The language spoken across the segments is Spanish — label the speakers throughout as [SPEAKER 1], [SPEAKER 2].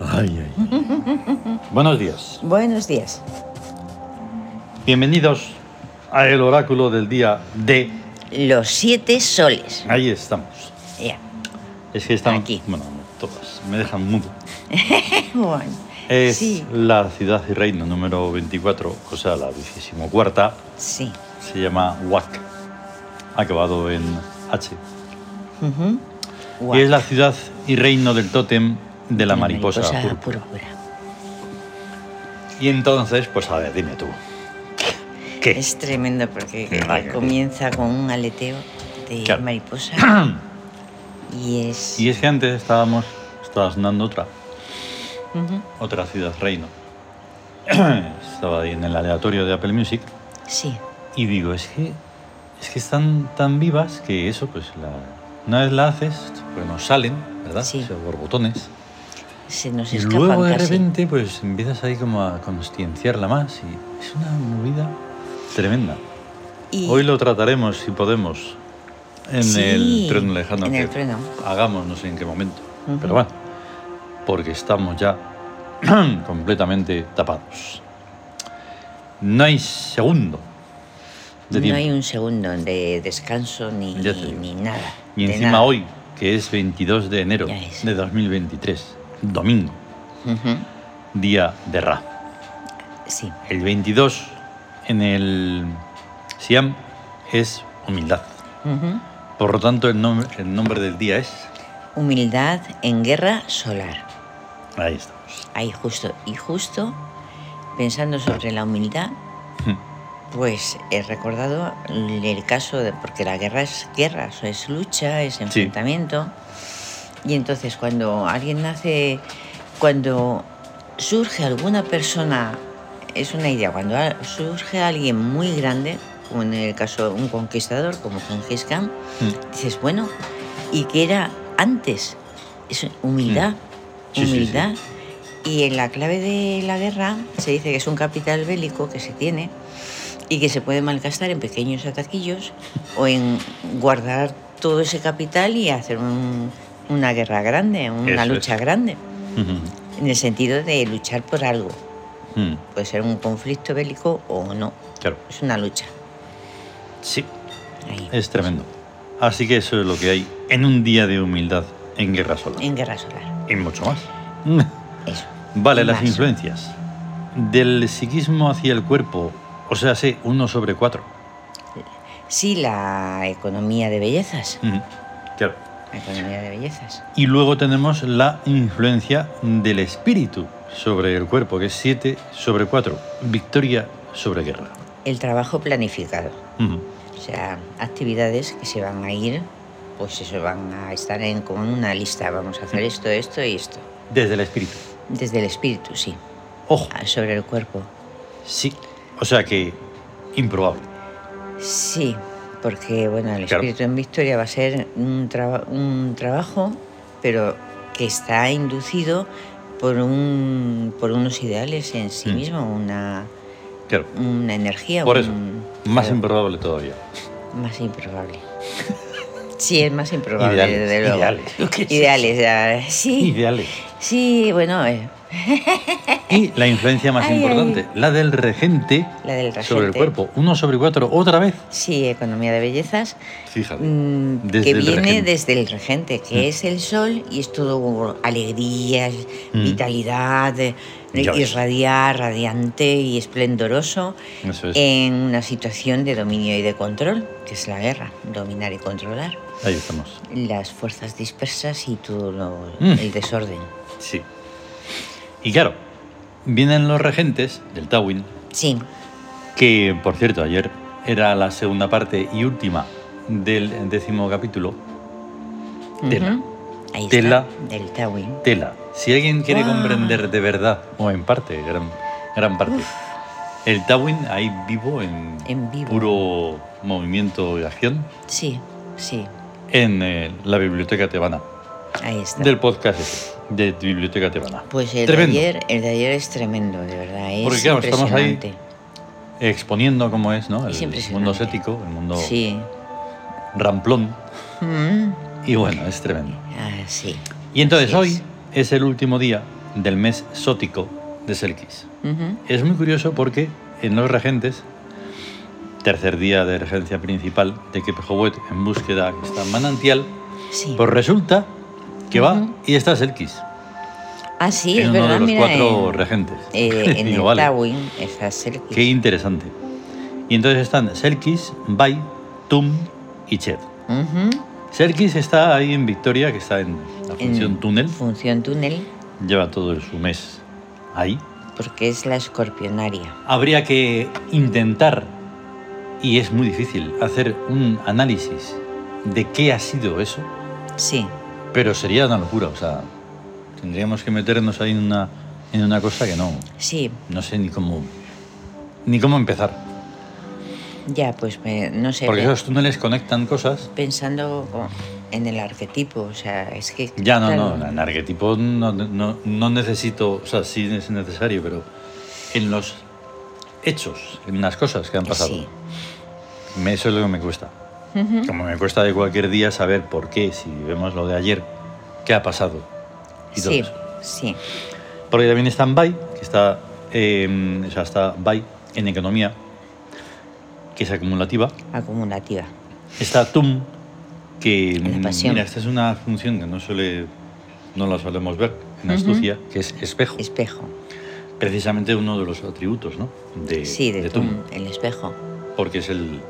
[SPEAKER 1] Ay, ay. Buenos días.
[SPEAKER 2] Buenos días.
[SPEAKER 1] Bienvenidos a el oráculo del día D.
[SPEAKER 2] Los siete soles.
[SPEAKER 1] Ahí estamos.
[SPEAKER 2] Ya.
[SPEAKER 1] Es que están
[SPEAKER 2] Aquí.
[SPEAKER 1] Bueno, todas. Me dejan mudo.
[SPEAKER 2] Bueno,
[SPEAKER 1] Es
[SPEAKER 2] Sí,
[SPEAKER 1] la ciudad y reino número 24, o sea, la vigésimo cuarta.
[SPEAKER 2] sí.
[SPEAKER 1] Se llama Huac, acabado en H.
[SPEAKER 2] Ujú. Guau.
[SPEAKER 1] Y es la ciudad y reino del tótem de la, mariposa.
[SPEAKER 2] pues, ah,
[SPEAKER 1] púrpura.
[SPEAKER 2] púrpura.
[SPEAKER 1] Y entonces, pues a ver, dime tú. ¿Qué?
[SPEAKER 2] Es tremendo porque
[SPEAKER 1] Vaya.
[SPEAKER 2] comienza con un aleteo de
[SPEAKER 1] Claro.
[SPEAKER 2] mariposa y es...
[SPEAKER 1] Y es que antes estábamos, estaba sonando otra,
[SPEAKER 2] Ujú.
[SPEAKER 1] otra ciudad reino. estaba ahí en el aleatorio de Apple Music
[SPEAKER 2] Sí,
[SPEAKER 1] y digo, es que, es que están tan vivas que eso, pues la, una vez la haces, pues nos salen, ¿verdad?
[SPEAKER 2] Sí.
[SPEAKER 1] O sea, borbotones.
[SPEAKER 2] se nos
[SPEAKER 1] Y
[SPEAKER 2] escapan
[SPEAKER 1] luego de
[SPEAKER 2] casi.
[SPEAKER 1] repente, pues empiezas ahí como a concienciarla más y es una movida tremenda.
[SPEAKER 2] Y-
[SPEAKER 1] Hoy lo trataremos, si podemos, en
[SPEAKER 2] Sí,
[SPEAKER 1] el tren lejano
[SPEAKER 2] en
[SPEAKER 1] que
[SPEAKER 2] el freno.
[SPEAKER 1] hagamos, no sé en qué momento.
[SPEAKER 2] Ujú.
[SPEAKER 1] Pero bueno, porque estamos ya completamente tapados. No hay segundo de
[SPEAKER 2] no
[SPEAKER 1] tiempo.
[SPEAKER 2] hay un segundo de descanso ni,
[SPEAKER 1] Ya te digo.
[SPEAKER 2] ni nada.
[SPEAKER 1] Y
[SPEAKER 2] de
[SPEAKER 1] encima
[SPEAKER 2] nada.
[SPEAKER 1] hoy, que es 22 de enero
[SPEAKER 2] Ya es.
[SPEAKER 1] de 2023, domingo,
[SPEAKER 2] Ujú.
[SPEAKER 1] día de Ra.
[SPEAKER 2] Sí,
[SPEAKER 1] El 22 en el Siam es humildad.
[SPEAKER 2] Ujú.
[SPEAKER 1] Por lo tanto, el, nom- el nombre del día es.
[SPEAKER 2] humildad en guerra solar.
[SPEAKER 1] Ahí estamos.
[SPEAKER 2] Ahí justo y justo, pensando sobre la humildad, pues he recordado el caso de, porque la guerra es guerra, o sea, es lucha, es enfrentamiento. Y entonces cuando alguien nace, cuando surge alguna persona, es una idea, cuando a- surge alguien muy grande, como en el caso un conquistador como Genghis Khan, dices, bueno, y que era antes, es humildad,
[SPEAKER 1] Mm. Sí, sí, sí.
[SPEAKER 2] humildad. Y en la clave de la guerra se dice que es un capital bélico que se tiene y que se puede malgastar en pequeños ataquillos o en guardar todo ese capital y hacer un- una guerra grande, una
[SPEAKER 1] Eso es.
[SPEAKER 2] lucha grande,
[SPEAKER 1] Mm.
[SPEAKER 2] en el sentido de luchar por algo.
[SPEAKER 1] Mm.
[SPEAKER 2] Puede ser un conflicto bélico o no,
[SPEAKER 1] Claro.
[SPEAKER 2] es una lucha.
[SPEAKER 1] Sí,
[SPEAKER 2] Ahí,
[SPEAKER 1] es tremendo. Así que eso es lo que hay en un día de humildad en Guerra Solar.
[SPEAKER 2] en guerra solar.
[SPEAKER 1] Y mucho más.
[SPEAKER 2] Eso.
[SPEAKER 1] Vale,
[SPEAKER 2] Y
[SPEAKER 1] las
[SPEAKER 2] más.
[SPEAKER 1] influencias. Del psiquismo hacia el cuerpo, o sea, sé, uno sobre cuatro.
[SPEAKER 2] Sí, la economía de bellezas.
[SPEAKER 1] Mm. Claro.
[SPEAKER 2] La economía de bellezas.
[SPEAKER 1] Y luego tenemos la influencia del espíritu sobre el cuerpo, que es 7 sobre 4. Victoria sobre guerra.
[SPEAKER 2] El trabajo planificado.
[SPEAKER 1] Ujú.
[SPEAKER 2] O sea, actividades que se van a ir, pues eso, van a estar en como en una lista. Vamos a hacer esto, esto y esto.
[SPEAKER 1] Desde el espíritu.
[SPEAKER 2] Desde el espíritu, sí.
[SPEAKER 1] Ojo,
[SPEAKER 2] Ah, Sobre el cuerpo.
[SPEAKER 1] sí. O sea que improbable.
[SPEAKER 2] Sí, porque bueno, el
[SPEAKER 1] Claro.
[SPEAKER 2] espíritu en victoria va a ser un, traba- un trabajo, pero que está inducido por, un, por unos ideales en sí
[SPEAKER 1] Mm.
[SPEAKER 2] mismo, una,
[SPEAKER 1] Claro.
[SPEAKER 2] una energía.
[SPEAKER 1] Por eso,
[SPEAKER 2] un-
[SPEAKER 1] más
[SPEAKER 2] claro,
[SPEAKER 1] improbable todavía.
[SPEAKER 2] más improbable. Sí, es más improbable,
[SPEAKER 1] Ideales,
[SPEAKER 2] desde luego.
[SPEAKER 1] ideales. ¿Lo que es
[SPEAKER 2] Ideales, ya, sí.
[SPEAKER 1] Ideales.
[SPEAKER 2] Sí, bueno, eh,
[SPEAKER 1] Y la influencia más
[SPEAKER 2] Ay, ay.
[SPEAKER 1] importante, la del regente,
[SPEAKER 2] La del
[SPEAKER 1] sobre el
[SPEAKER 2] regente.
[SPEAKER 1] cuerpo. 1 sobre 4, otra vez.
[SPEAKER 2] sí, economía de bellezas.
[SPEAKER 1] Fíjate.
[SPEAKER 2] Mm,
[SPEAKER 1] Desde
[SPEAKER 2] que
[SPEAKER 1] el
[SPEAKER 2] viene
[SPEAKER 1] regente.
[SPEAKER 2] desde el regente, que
[SPEAKER 1] Mm.
[SPEAKER 2] es el sol y es todo alegría,
[SPEAKER 1] Mm.
[SPEAKER 2] vitalidad, eh,
[SPEAKER 1] Ya ves.
[SPEAKER 2] irradiar, radiante y esplendoroso
[SPEAKER 1] Eso es.
[SPEAKER 2] en una situación de dominio y de control, que es la guerra, dominar y controlar
[SPEAKER 1] Ahí estamos.
[SPEAKER 2] las fuerzas dispersas y todo lo-
[SPEAKER 1] Mm.
[SPEAKER 2] el desorden.
[SPEAKER 1] Sí. Y claro, vienen los regentes del Tawin,
[SPEAKER 2] Sí,
[SPEAKER 1] que por cierto ayer era la segunda parte y última del décimo capítulo. Tela.
[SPEAKER 2] Ujú. Ahí
[SPEAKER 1] Tela.
[SPEAKER 2] está, del Tawin.
[SPEAKER 1] Tela. Si alguien quiere
[SPEAKER 2] Guau.
[SPEAKER 1] comprender de verdad, o en parte, gran, gran parte, el Tawin ahí vivo en,
[SPEAKER 2] En vivo.
[SPEAKER 1] puro movimiento y acción
[SPEAKER 2] Sí, sí,
[SPEAKER 1] en eh, la Biblioteca Tebana,
[SPEAKER 2] ahí está.
[SPEAKER 1] del podcast ese, de Biblioteca Tebana.
[SPEAKER 2] Pues el de,
[SPEAKER 1] Tremendo.
[SPEAKER 2] ayer, el de ayer es tremendo, de verdad. Es
[SPEAKER 1] Porque, claro, estamos ahí-
[SPEAKER 2] impresionante.
[SPEAKER 1] Exponiendo cómo es, ¿no?
[SPEAKER 2] Es
[SPEAKER 1] El
[SPEAKER 2] impresionante.
[SPEAKER 1] mundo ascético, el mundo
[SPEAKER 2] Sí.
[SPEAKER 1] ramplón.
[SPEAKER 2] Mm.
[SPEAKER 1] Y bueno, es tremendo.
[SPEAKER 2] Ah, sí.
[SPEAKER 1] Y entonces
[SPEAKER 2] Así
[SPEAKER 1] hoy
[SPEAKER 2] es.
[SPEAKER 1] es el último día del mes sótico de Selkis.
[SPEAKER 2] Ujú.
[SPEAKER 1] Es muy curioso porque en los regentes, tercer día de regencia principal de Kepejobuet en búsqueda que está en manantial,
[SPEAKER 2] Sí.
[SPEAKER 1] pues resulta que va
[SPEAKER 2] Ujú.
[SPEAKER 1] y está Selkis
[SPEAKER 2] Ah, sí,
[SPEAKER 1] en
[SPEAKER 2] es
[SPEAKER 1] uno
[SPEAKER 2] verdad,
[SPEAKER 1] de los
[SPEAKER 2] mira,
[SPEAKER 1] cuatro
[SPEAKER 2] en,
[SPEAKER 1] regentes.
[SPEAKER 2] eh, en
[SPEAKER 1] Digo,
[SPEAKER 2] el
[SPEAKER 1] vale,
[SPEAKER 2] Tawin está Selkis.
[SPEAKER 1] qué interesante. Y entonces están Selkis, Bai, Tum y Chet.
[SPEAKER 2] Ujú.
[SPEAKER 1] Selkis está ahí en Victoria, que está en la
[SPEAKER 2] En
[SPEAKER 1] función túnel,
[SPEAKER 2] Función túnel,
[SPEAKER 1] lleva todo su mes ahí.
[SPEAKER 2] porque es la escorpionaria.
[SPEAKER 1] habría que intentar, y es muy difícil, hacer un análisis de qué ha sido eso,
[SPEAKER 2] Sí,
[SPEAKER 1] pero sería una locura, o sea, tendríamos que meternos ahí en una, en una cosa que no,
[SPEAKER 2] sí,
[SPEAKER 1] no sé ni cómo, ni cómo empezar.
[SPEAKER 2] ya, pues me- no sé,
[SPEAKER 1] Porque
[SPEAKER 2] pe-
[SPEAKER 1] esos túneles conectan cosas.
[SPEAKER 2] pensando con- en el arquetipo, o sea, es que...
[SPEAKER 1] Ya no,
[SPEAKER 2] claro,
[SPEAKER 1] no, en arquetipos no, no, no necesito, o sea, sí es necesario, pero en los hechos, en las cosas que han pasado,
[SPEAKER 2] Sí,
[SPEAKER 1] me- eso es lo que me cuesta.
[SPEAKER 2] Ujú.
[SPEAKER 1] Como me cuesta de cualquier día saber por qué, si vemos lo de ayer, qué ha pasado. Y todo
[SPEAKER 2] sí,
[SPEAKER 1] eso.
[SPEAKER 2] sí,
[SPEAKER 1] Porque también está en BAI, que está, eh, o sea, está BAI en economía, que es acumulativa.
[SPEAKER 2] acumulativa.
[SPEAKER 1] Está TUM, que
[SPEAKER 2] La
[SPEAKER 1] mm,
[SPEAKER 2] pasión.
[SPEAKER 1] mira, esta es una función que no suele, no la solemos ver en
[SPEAKER 2] Ujú.
[SPEAKER 1] astucia, que es espejo.
[SPEAKER 2] Espejo.
[SPEAKER 1] precisamente uno de los atributos, ¿no? Eh, De,
[SPEAKER 2] Sí, de,
[SPEAKER 1] TUM,
[SPEAKER 2] Tum, el espejo.
[SPEAKER 1] porque es el,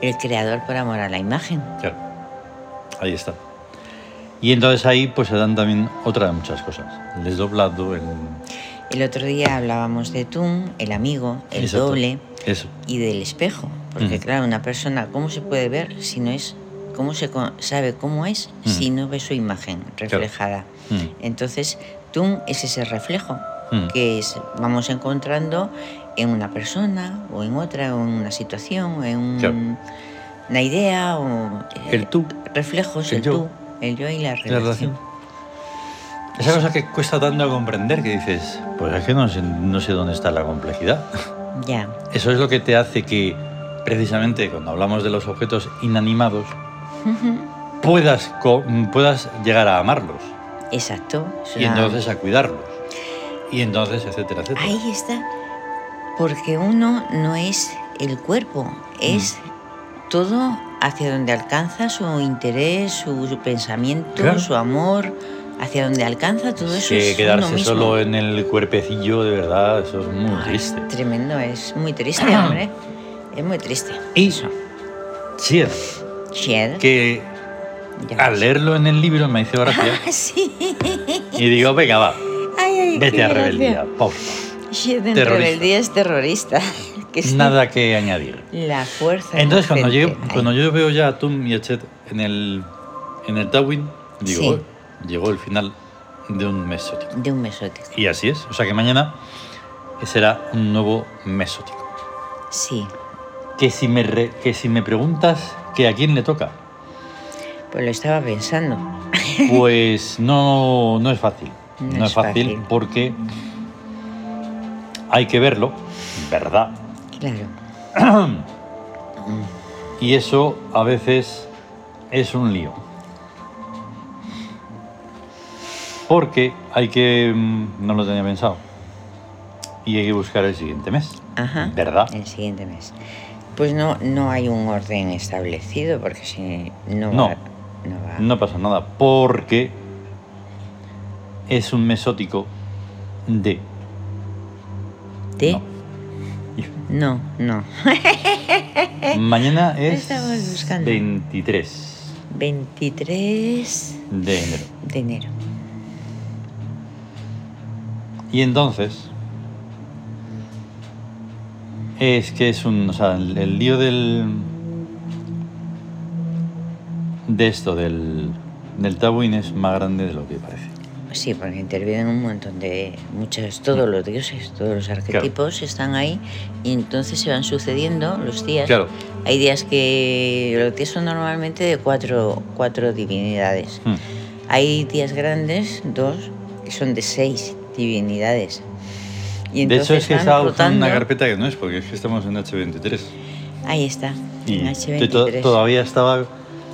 [SPEAKER 2] El creador por amor a la imagen.
[SPEAKER 1] Claro. Ahí está. Y entonces ahí pues se dan también otra de muchas cosas. El desdoblado, el...
[SPEAKER 2] El otro día hablábamos de Tum, el amigo, el
[SPEAKER 1] Exacto.
[SPEAKER 2] doble
[SPEAKER 1] Eso.
[SPEAKER 2] y del espejo. Porque
[SPEAKER 1] Ujú.
[SPEAKER 2] claro, una persona, ¿cómo se puede ver si no es, cómo se co- sabe cómo es
[SPEAKER 1] Ujú.
[SPEAKER 2] si no ve su imagen reflejada?
[SPEAKER 1] Mm,
[SPEAKER 2] Entonces, Tum es ese reflejo
[SPEAKER 1] mm.
[SPEAKER 2] que es- vamos encontrando en una persona o en otra, o en una situación, o en un-
[SPEAKER 1] Claro.
[SPEAKER 2] una idea o... eh,
[SPEAKER 1] El tú,
[SPEAKER 2] Reflejos,
[SPEAKER 1] el
[SPEAKER 2] el,
[SPEAKER 1] yo.
[SPEAKER 2] tú, el yo y la relación.
[SPEAKER 1] la relación. Esa cosa que cuesta tanto comprender que dices, pues es que no sé, no sé dónde está la complejidad.
[SPEAKER 2] Ya.
[SPEAKER 1] Eso es lo que te hace que precisamente cuando hablamos de los objetos inanimados puedas, co- puedas llegar a amarlos
[SPEAKER 2] Exacto. es
[SPEAKER 1] y
[SPEAKER 2] una-
[SPEAKER 1] entonces a cuidarlos. Y entonces, etcétera, etcétera.
[SPEAKER 2] Ahí está. Porque uno no es el cuerpo, es
[SPEAKER 1] Mm.
[SPEAKER 2] todo hacia donde alcanza su interés, su, su pensamiento,
[SPEAKER 1] Claro.
[SPEAKER 2] su amor, hacia donde alcanza todo eso.
[SPEAKER 1] que
[SPEAKER 2] es
[SPEAKER 1] quedarse
[SPEAKER 2] uno mismo.
[SPEAKER 1] solo en el cuerpecillo, de verdad, eso es muy
[SPEAKER 2] Ay,
[SPEAKER 1] triste.
[SPEAKER 2] Tremendo, es muy triste,
[SPEAKER 1] Ah.
[SPEAKER 2] hombre. Es muy triste.
[SPEAKER 1] Y-
[SPEAKER 2] eso.
[SPEAKER 1] Sí,
[SPEAKER 2] Shed,
[SPEAKER 1] que
[SPEAKER 2] ya
[SPEAKER 1] al
[SPEAKER 2] ves.
[SPEAKER 1] leerlo en el libro me hizo gracia
[SPEAKER 2] Ah, sí.
[SPEAKER 1] y digo, venga, va,
[SPEAKER 2] Ay, ay, qué
[SPEAKER 1] vete a
[SPEAKER 2] gracia.
[SPEAKER 1] rebeldía, pausa.
[SPEAKER 2] Shed en
[SPEAKER 1] Terrorista.
[SPEAKER 2] rebeldía es terrorista. que es
[SPEAKER 1] Nada que añadir.
[SPEAKER 2] La fuerza.
[SPEAKER 1] Entonces, cuando yo,
[SPEAKER 2] inocente. Ay,
[SPEAKER 1] cuando yo veo ya a Tum y a Chet en el, en el Tawin, digo,
[SPEAKER 2] Sí.
[SPEAKER 1] "Oh, llegó el final de un mesótico.
[SPEAKER 2] De un mesótico.
[SPEAKER 1] Y así es, o sea que mañana será un nuevo mesótico.
[SPEAKER 2] Sí.
[SPEAKER 1] Que si me, re- que si me preguntas que a quién le toca,
[SPEAKER 2] Pues lo estaba pensando.
[SPEAKER 1] Pues no, no es fácil. No, es fácil, porque hay que verlo, ¿verdad?
[SPEAKER 2] Claro.
[SPEAKER 1] Y eso a veces es un lío. Porque hay que... mm, No lo tenía pensado. Y hay que buscar el siguiente mes.
[SPEAKER 2] Ajá.
[SPEAKER 1] ¿Verdad?
[SPEAKER 2] El siguiente mes. Pues no, no hay un orden establecido porque si no,
[SPEAKER 1] No. Mm,
[SPEAKER 2] va, no va.
[SPEAKER 1] No pasa nada, porque es un mesótico de...
[SPEAKER 2] ¿Te?
[SPEAKER 1] no.
[SPEAKER 2] No, no.
[SPEAKER 1] Mañana es
[SPEAKER 2] Estamos buscando.
[SPEAKER 1] 23
[SPEAKER 2] 23
[SPEAKER 1] de enero.
[SPEAKER 2] de enero.
[SPEAKER 1] Y entonces es que es un, o sea, el, el lío del de esto, del, del Tabuín, es más grande de lo que parece.
[SPEAKER 2] Pues Sí, porque intervienen un montón de muchos, todos los dioses, todos los arquetipos están ahí y entonces se van sucediendo los días.
[SPEAKER 1] Claro.
[SPEAKER 2] Hay días que los días son normalmente de cuatro, cuatro divinidades.
[SPEAKER 1] Mm.
[SPEAKER 2] Hay días grandes, dos, que son de seis divinidades. Y
[SPEAKER 1] De hecho,
[SPEAKER 2] entonces
[SPEAKER 1] es que
[SPEAKER 2] van
[SPEAKER 1] estaba buscando una
[SPEAKER 2] rotando.
[SPEAKER 1] carpeta que no es, porque es que estamos en H23.
[SPEAKER 2] Ahí está,
[SPEAKER 1] Y
[SPEAKER 2] en
[SPEAKER 1] yo to-
[SPEAKER 2] H23.
[SPEAKER 1] todavía estaba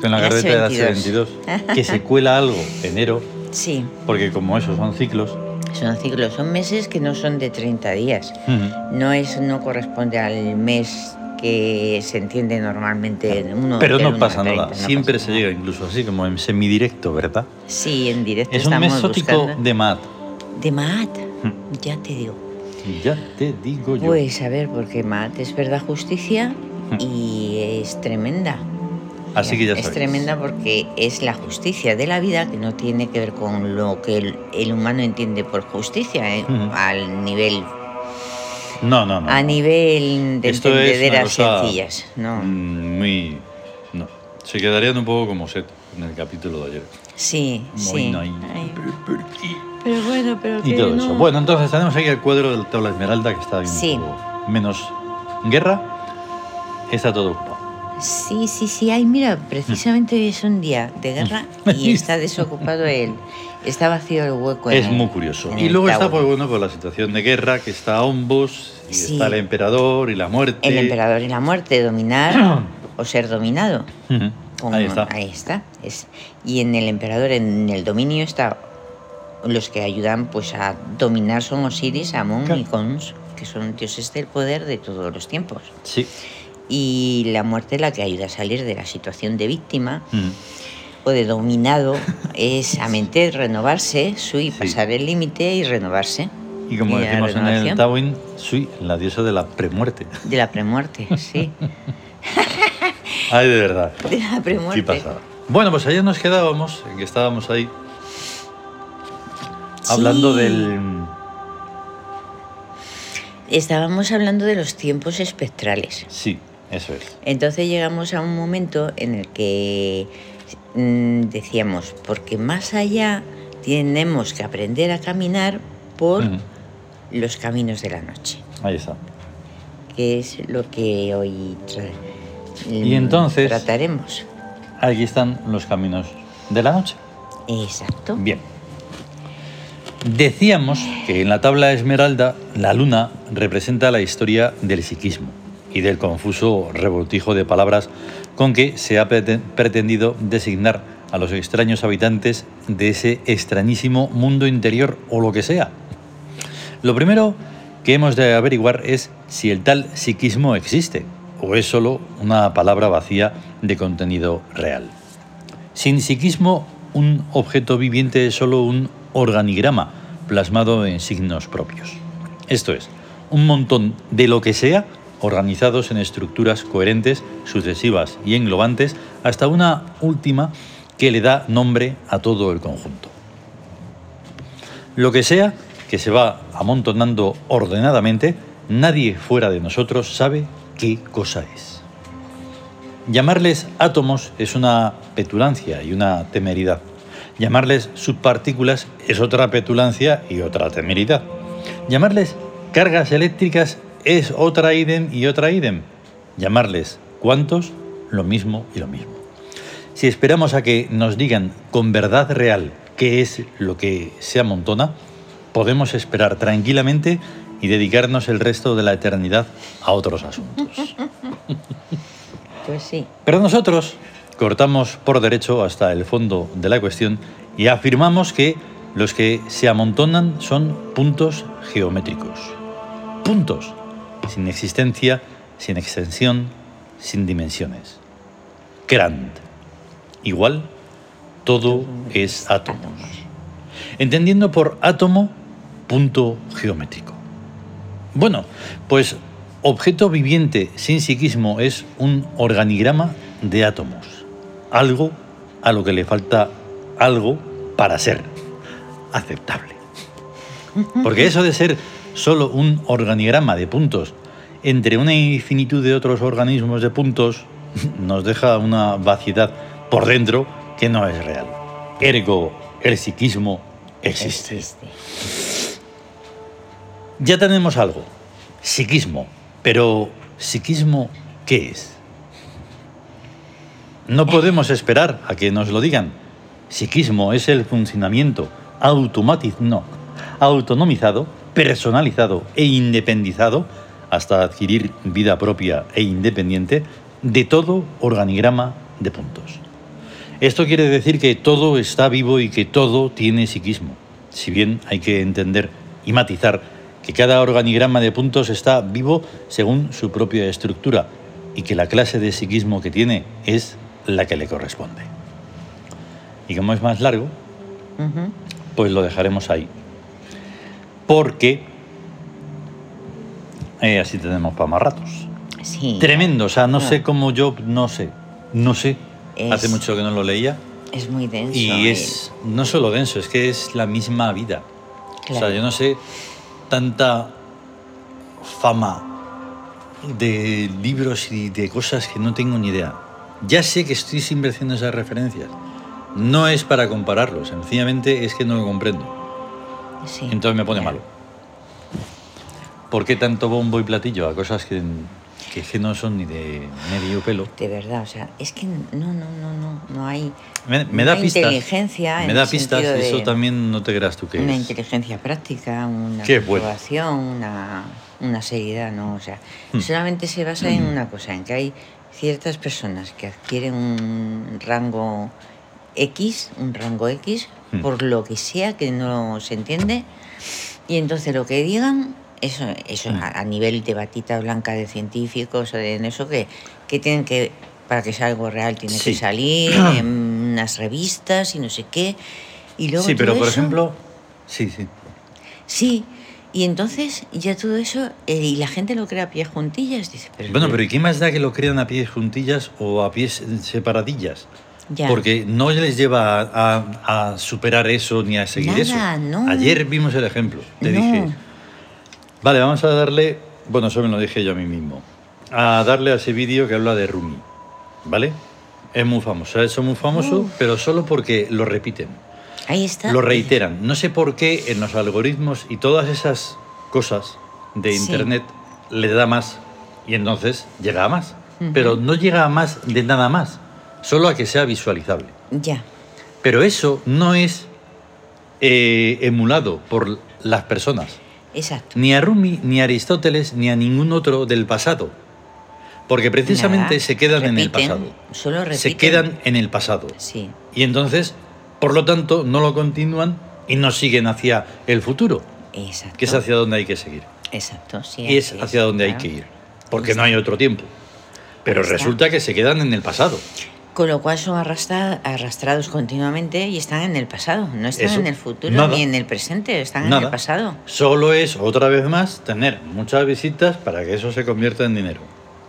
[SPEAKER 1] con la
[SPEAKER 2] En
[SPEAKER 1] carpeta
[SPEAKER 2] H22.
[SPEAKER 1] de H22, que se cuela algo enero,
[SPEAKER 2] Sí,
[SPEAKER 1] porque como esos son ciclos,
[SPEAKER 2] son ciclos, son meses que no son de 30 días.
[SPEAKER 1] ujú,
[SPEAKER 2] No es, no corresponde al mes que se entiende normalmente. Uno,
[SPEAKER 1] pero
[SPEAKER 2] del
[SPEAKER 1] no
[SPEAKER 2] uno
[SPEAKER 1] pasa
[SPEAKER 2] al 30,
[SPEAKER 1] nada,
[SPEAKER 2] no
[SPEAKER 1] siempre
[SPEAKER 2] pasa
[SPEAKER 1] se
[SPEAKER 2] nada.
[SPEAKER 1] llega incluso así, como en semidirecto, ¿verdad?
[SPEAKER 2] Sí, en directo
[SPEAKER 1] Es un
[SPEAKER 2] estamos
[SPEAKER 1] mes sótico
[SPEAKER 2] buscando.
[SPEAKER 1] de mat.
[SPEAKER 2] De Maat,
[SPEAKER 1] Hmm.
[SPEAKER 2] ya te digo.
[SPEAKER 1] Ya te digo yo. Hmm.
[SPEAKER 2] Pues a ver, porque Maat es verdad justicia y es tremenda.
[SPEAKER 1] Así que ya
[SPEAKER 2] Es
[SPEAKER 1] sabéis.
[SPEAKER 2] tremenda porque es la justicia de la vida que no tiene que ver con lo que el, el humano entiende por justicia eh,
[SPEAKER 1] Ujú.
[SPEAKER 2] al nivel
[SPEAKER 1] No, no, no.
[SPEAKER 2] a nivel de
[SPEAKER 1] Esto es una
[SPEAKER 2] entendederas
[SPEAKER 1] cosa-
[SPEAKER 2] sencillas, ¿no?
[SPEAKER 1] Mm, Muy. No. Se quedarían un poco como set en el capítulo de ayer.
[SPEAKER 2] Sí,
[SPEAKER 1] Muy
[SPEAKER 2] sí.
[SPEAKER 1] no hay-
[SPEAKER 2] Ay,
[SPEAKER 1] pero, ¿por qué?
[SPEAKER 2] Pero bueno, pero
[SPEAKER 1] Y
[SPEAKER 2] que
[SPEAKER 1] todo
[SPEAKER 2] no.
[SPEAKER 1] eso. Bueno, entonces tenemos aquí el cuadro del Tabla Esmeralda que está bien
[SPEAKER 2] Sí.
[SPEAKER 1] un poco menos guerra. Está todo ocupado.
[SPEAKER 2] Sí, sí, sí. Ay, mira, precisamente hoy es un día
[SPEAKER 1] Mm.
[SPEAKER 2] de guerra y está desocupado el. Está vacío el hueco. en
[SPEAKER 1] es
[SPEAKER 2] el-
[SPEAKER 1] muy curioso.
[SPEAKER 2] en
[SPEAKER 1] Y
[SPEAKER 2] el
[SPEAKER 1] luego está
[SPEAKER 2] Tauro.
[SPEAKER 1] pues, bueno, por la situación de guerra, que está Ombos, y
[SPEAKER 2] Sí.
[SPEAKER 1] está el emperador y la muerte.
[SPEAKER 2] El emperador y la muerte, dominar o ser dominado.
[SPEAKER 1] Ujú.
[SPEAKER 2] Con-
[SPEAKER 1] Ahí está.
[SPEAKER 2] Ahí está. Es, y en el emperador, en el dominio, está los que ayudan pues a dominar son Osiris, Amón
[SPEAKER 1] Claro.
[SPEAKER 2] y Cons, que son dioses del poder de todos los tiempos.
[SPEAKER 1] Sí.
[SPEAKER 2] Y la muerte la que ayuda a salir de la situación de víctima
[SPEAKER 1] Ujú.
[SPEAKER 2] o de dominado es a mentir, renovarse, sui,
[SPEAKER 1] Sí.
[SPEAKER 2] pasar el límite y renovarse
[SPEAKER 1] Y como
[SPEAKER 2] Y la
[SPEAKER 1] decimos en el
[SPEAKER 2] renovación.
[SPEAKER 1] Tawin, Sui, la diosa de la premuerte.
[SPEAKER 2] de la premuerte, sí,
[SPEAKER 1] Ay, de verdad.
[SPEAKER 2] de la premuerte.
[SPEAKER 1] ¿Qué pasada. Bueno, pues ayer nos quedábamos, en que estábamos ahí
[SPEAKER 2] Sí.
[SPEAKER 1] hablando del.
[SPEAKER 2] Estábamos hablando de los tiempos espectrales.
[SPEAKER 1] Sí, eso es.
[SPEAKER 2] Entonces llegamos a un momento en el que mm, decíamos, porque más allá tenemos que aprender a caminar por
[SPEAKER 1] Ujú.
[SPEAKER 2] los caminos de la noche,
[SPEAKER 1] Ahí está.
[SPEAKER 2] que es lo que hoy tra-
[SPEAKER 1] Y
[SPEAKER 2] mm,
[SPEAKER 1] entonces-
[SPEAKER 2] trataremos.
[SPEAKER 1] Aquí están los caminos de la noche.
[SPEAKER 2] Exacto.
[SPEAKER 1] Bien. Decíamos que en la tabla esmeralda la luna representa la historia del psiquismo y del confuso revoltijo de palabras con que se ha prete- pretendido designar a los extraños habitantes de ese extrañísimo mundo interior o lo que sea. Lo primero que hemos de averiguar es si el tal psiquismo existe o es solo una palabra vacía de contenido real. Sin psiquismo, un objeto viviente es solo un organigrama plasmado en signos propios. Esto es, un montón de lo que sea organizados en estructuras coherentes, sucesivas y englobantes, hasta una última que le da nombre a todo el conjunto. Lo que sea que se va amontonando ordenadamente, nadie fuera de nosotros sabe qué cosa es. Llamarles átomos es una petulancia y una temeridad. Llamarles subpartículas es otra petulancia y otra temeridad. Llamarles cargas eléctricas es otra idem y otra idem. Llamarles cuantos, lo mismo y lo mismo. Si esperamos a que nos digan con verdad real qué es lo que se amontona, podemos esperar tranquilamente y dedicarnos el resto de la eternidad a otros asuntos.
[SPEAKER 2] Pues sí.
[SPEAKER 1] Pero nosotros cortamos por derecho hasta el fondo de la cuestión y afirmamos que los que se amontonan son puntos geométricos. Puntos, sin existencia, sin extensión, sin dimensiones. Grand. Igual, todo es átomos. Entendiendo por átomo, punto geométrico. Bueno, pues objeto viviente sin psiquismo es un organigrama de átomos. Algo a lo que le falta algo para ser aceptable. Porque eso de ser solo un organigrama de puntos entre una infinitud de otros organismos de puntos nos deja una vaciedad por dentro que no es real. Ergo, el psiquismo existe.
[SPEAKER 2] Existe.
[SPEAKER 1] Ya tenemos algo, psiquismo, pero ¿psiquismo qué es? No podemos esperar a que nos lo digan. Psiquismo es el funcionamiento automatiz no, autonomizado, personalizado e independizado hasta adquirir vida propia e independiente de todo organigrama de puntos. Esto quiere decir que todo está vivo y que todo tiene psiquismo, si bien hay que entender y matizar que cada organigrama de puntos está vivo según su propia estructura y que la clase de psiquismo que tiene es la que le corresponde. Y como es más largo,
[SPEAKER 2] Ujú.
[SPEAKER 1] pues lo dejaremos ahí. Porque eh, así tenemos para más ratos.
[SPEAKER 2] Sí.
[SPEAKER 1] Tremendo, o sea, no
[SPEAKER 2] Ah.
[SPEAKER 1] sé cómo yo, no sé, no sé.
[SPEAKER 2] Es-
[SPEAKER 1] Hace mucho que no lo leía.
[SPEAKER 2] Es muy denso. eh.
[SPEAKER 1] Y es no solo denso, es que es la misma vida. O
[SPEAKER 2] Claro.
[SPEAKER 1] sea, yo no sé tanta fama de libros y de cosas que no tengo ni idea. Ya sé que estoy siempre haciendo esas referencias. No es para compararlo, sencillamente es que no lo comprendo.
[SPEAKER 2] Sí.
[SPEAKER 1] Entonces me pone
[SPEAKER 2] Ya.
[SPEAKER 1] malo. ¿Por qué tanto bombo y platillo a cosas que, que, es que no son ni de medio pelo?
[SPEAKER 2] De verdad, o sea, es que no, no, no, no, no hay.
[SPEAKER 1] Me, me
[SPEAKER 2] no
[SPEAKER 1] da
[SPEAKER 2] hay
[SPEAKER 1] pistas.
[SPEAKER 2] Inteligencia en
[SPEAKER 1] me
[SPEAKER 2] el
[SPEAKER 1] da pistas,
[SPEAKER 2] sentido de
[SPEAKER 1] eso también no te creas tú que
[SPEAKER 2] Una
[SPEAKER 1] es.
[SPEAKER 2] inteligencia práctica, una
[SPEAKER 1] Qué bueno.
[SPEAKER 2] comprobación, una, una seriedad, ¿no? O sea,
[SPEAKER 1] Hmm.
[SPEAKER 2] solamente se basa en una cosa, en que hay ciertas personas que adquieren un rango X, un rango X,
[SPEAKER 1] Hmm.
[SPEAKER 2] por lo que sea que no se entiende, y entonces lo que digan, eso, eso
[SPEAKER 1] Hmm.
[SPEAKER 2] a, a nivel de batita blanca de científicos, o de- en eso que, que tienen que, para que sea algo real, tiene
[SPEAKER 1] Sí.
[SPEAKER 2] que salir en unas revistas y no sé qué. Y luego
[SPEAKER 1] Sí, pero
[SPEAKER 2] todo
[SPEAKER 1] por
[SPEAKER 2] eso-
[SPEAKER 1] ejemplo, sí, sí.
[SPEAKER 2] Sí, y entonces ya todo eso, eh, y la gente lo crea a pie juntillas, dice, pero...
[SPEAKER 1] Bueno, pero ¿y qué más da que lo crean a pies juntillas o a pies separadillas?
[SPEAKER 2] Ya.
[SPEAKER 1] Porque no les lleva a, a- a superar eso ni a seguir
[SPEAKER 2] Nada,
[SPEAKER 1] eso.
[SPEAKER 2] no.
[SPEAKER 1] Ayer vimos el ejemplo. Te
[SPEAKER 2] No.
[SPEAKER 1] dije, vale, vamos a darle, bueno, eso me lo dije yo a mí mismo, a darle a ese vídeo que habla de Rumi, ¿vale? Es muy famoso, es muy famoso,
[SPEAKER 2] Uf.
[SPEAKER 1] pero solo porque lo repiten,
[SPEAKER 2] Ahí está.
[SPEAKER 1] lo reiteran. No sé por qué en los algoritmos y todas esas cosas de
[SPEAKER 2] Sí.
[SPEAKER 1] Internet le da más y entonces llega a más. Pero no llega a más de nada más, solo a que sea visualizable.
[SPEAKER 2] Ya,
[SPEAKER 1] Pero eso no es eh, emulado por las personas,
[SPEAKER 2] exacto.
[SPEAKER 1] ni a Rumi, ni a Aristóteles, ni a ningún otro del pasado. Porque precisamente
[SPEAKER 2] Nada,
[SPEAKER 1] se quedan en el
[SPEAKER 2] repiten,
[SPEAKER 1] pasado.
[SPEAKER 2] Solo repiten.
[SPEAKER 1] Se quedan en el pasado.
[SPEAKER 2] Sí,
[SPEAKER 1] Y entonces, por lo tanto, no lo continúan y no siguen hacia el futuro,
[SPEAKER 2] exacto.
[SPEAKER 1] que es hacia donde hay que seguir.
[SPEAKER 2] Exacto, sí.
[SPEAKER 1] Y es
[SPEAKER 2] así
[SPEAKER 1] hacia donde hay
[SPEAKER 2] claro.
[SPEAKER 1] que ir. Porque no hay otro tiempo. Pero
[SPEAKER 2] Ahí está.
[SPEAKER 1] resulta que se quedan en el pasado.
[SPEAKER 2] Con lo cual son arrastra- arrastrados continuamente y están en el pasado, no están
[SPEAKER 1] Eso,
[SPEAKER 2] en el futuro
[SPEAKER 1] nada.
[SPEAKER 2] ni en el presente, están en
[SPEAKER 1] Nada.
[SPEAKER 2] el pasado.
[SPEAKER 1] Solo es, otra vez más, tener muchas visitas para que eso se convierta en dinero.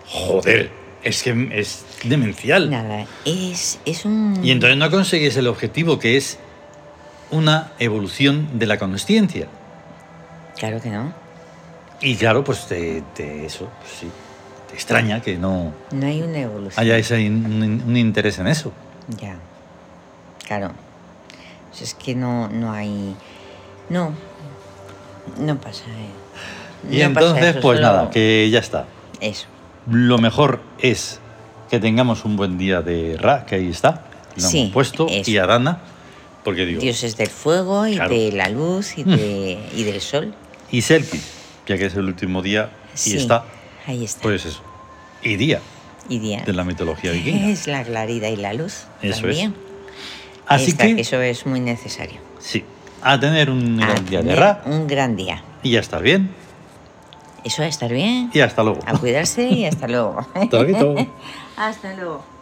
[SPEAKER 1] Joder, es que es demencial.
[SPEAKER 2] Nada, es, es un...
[SPEAKER 1] Y entonces no consigues el objetivo que es una evolución de la consciencia.
[SPEAKER 2] Claro que no.
[SPEAKER 1] Y claro, pues te, te- eso, pues sí, te extraña que no
[SPEAKER 2] No hay una evolución.
[SPEAKER 1] haya ese in- un, un interés en eso.
[SPEAKER 2] Ya, claro. O sea, es que no, no hay... No, no pasa. eh.
[SPEAKER 1] Y
[SPEAKER 2] No pasa
[SPEAKER 1] entonces,
[SPEAKER 2] eso,
[SPEAKER 1] pues
[SPEAKER 2] solo
[SPEAKER 1] nada, que ya está.
[SPEAKER 2] Eso,
[SPEAKER 1] Lo mejor es que tengamos un buen día de Ra, que ahí está. Lo
[SPEAKER 2] Sí,
[SPEAKER 1] hemos puesto.
[SPEAKER 2] eso.
[SPEAKER 1] Y Arana, porque digo,
[SPEAKER 2] dioses del fuego y
[SPEAKER 1] Claro. Mm.
[SPEAKER 2] de la luz y, de, y del sol.
[SPEAKER 1] y Selkie, ya que es el último día
[SPEAKER 2] Sí,
[SPEAKER 1] y está,
[SPEAKER 2] ahí está.
[SPEAKER 1] pues eso. Y día
[SPEAKER 2] y Diana.
[SPEAKER 1] de la mitología vikinga.
[SPEAKER 2] Es la claridad y la luz.
[SPEAKER 1] Eso es.
[SPEAKER 2] también.
[SPEAKER 1] Así
[SPEAKER 2] Esta,
[SPEAKER 1] que,
[SPEAKER 2] Eso es muy necesario.
[SPEAKER 1] sí, a tener un
[SPEAKER 2] A
[SPEAKER 1] gran día de
[SPEAKER 2] tener
[SPEAKER 1] Ra,
[SPEAKER 2] Un gran día.
[SPEAKER 1] y ya estar bien,
[SPEAKER 2] Eso a estar bien,
[SPEAKER 1] y hasta luego.
[SPEAKER 2] a cuidarse y hasta luego.
[SPEAKER 1] Hasta luego.
[SPEAKER 2] hasta luego.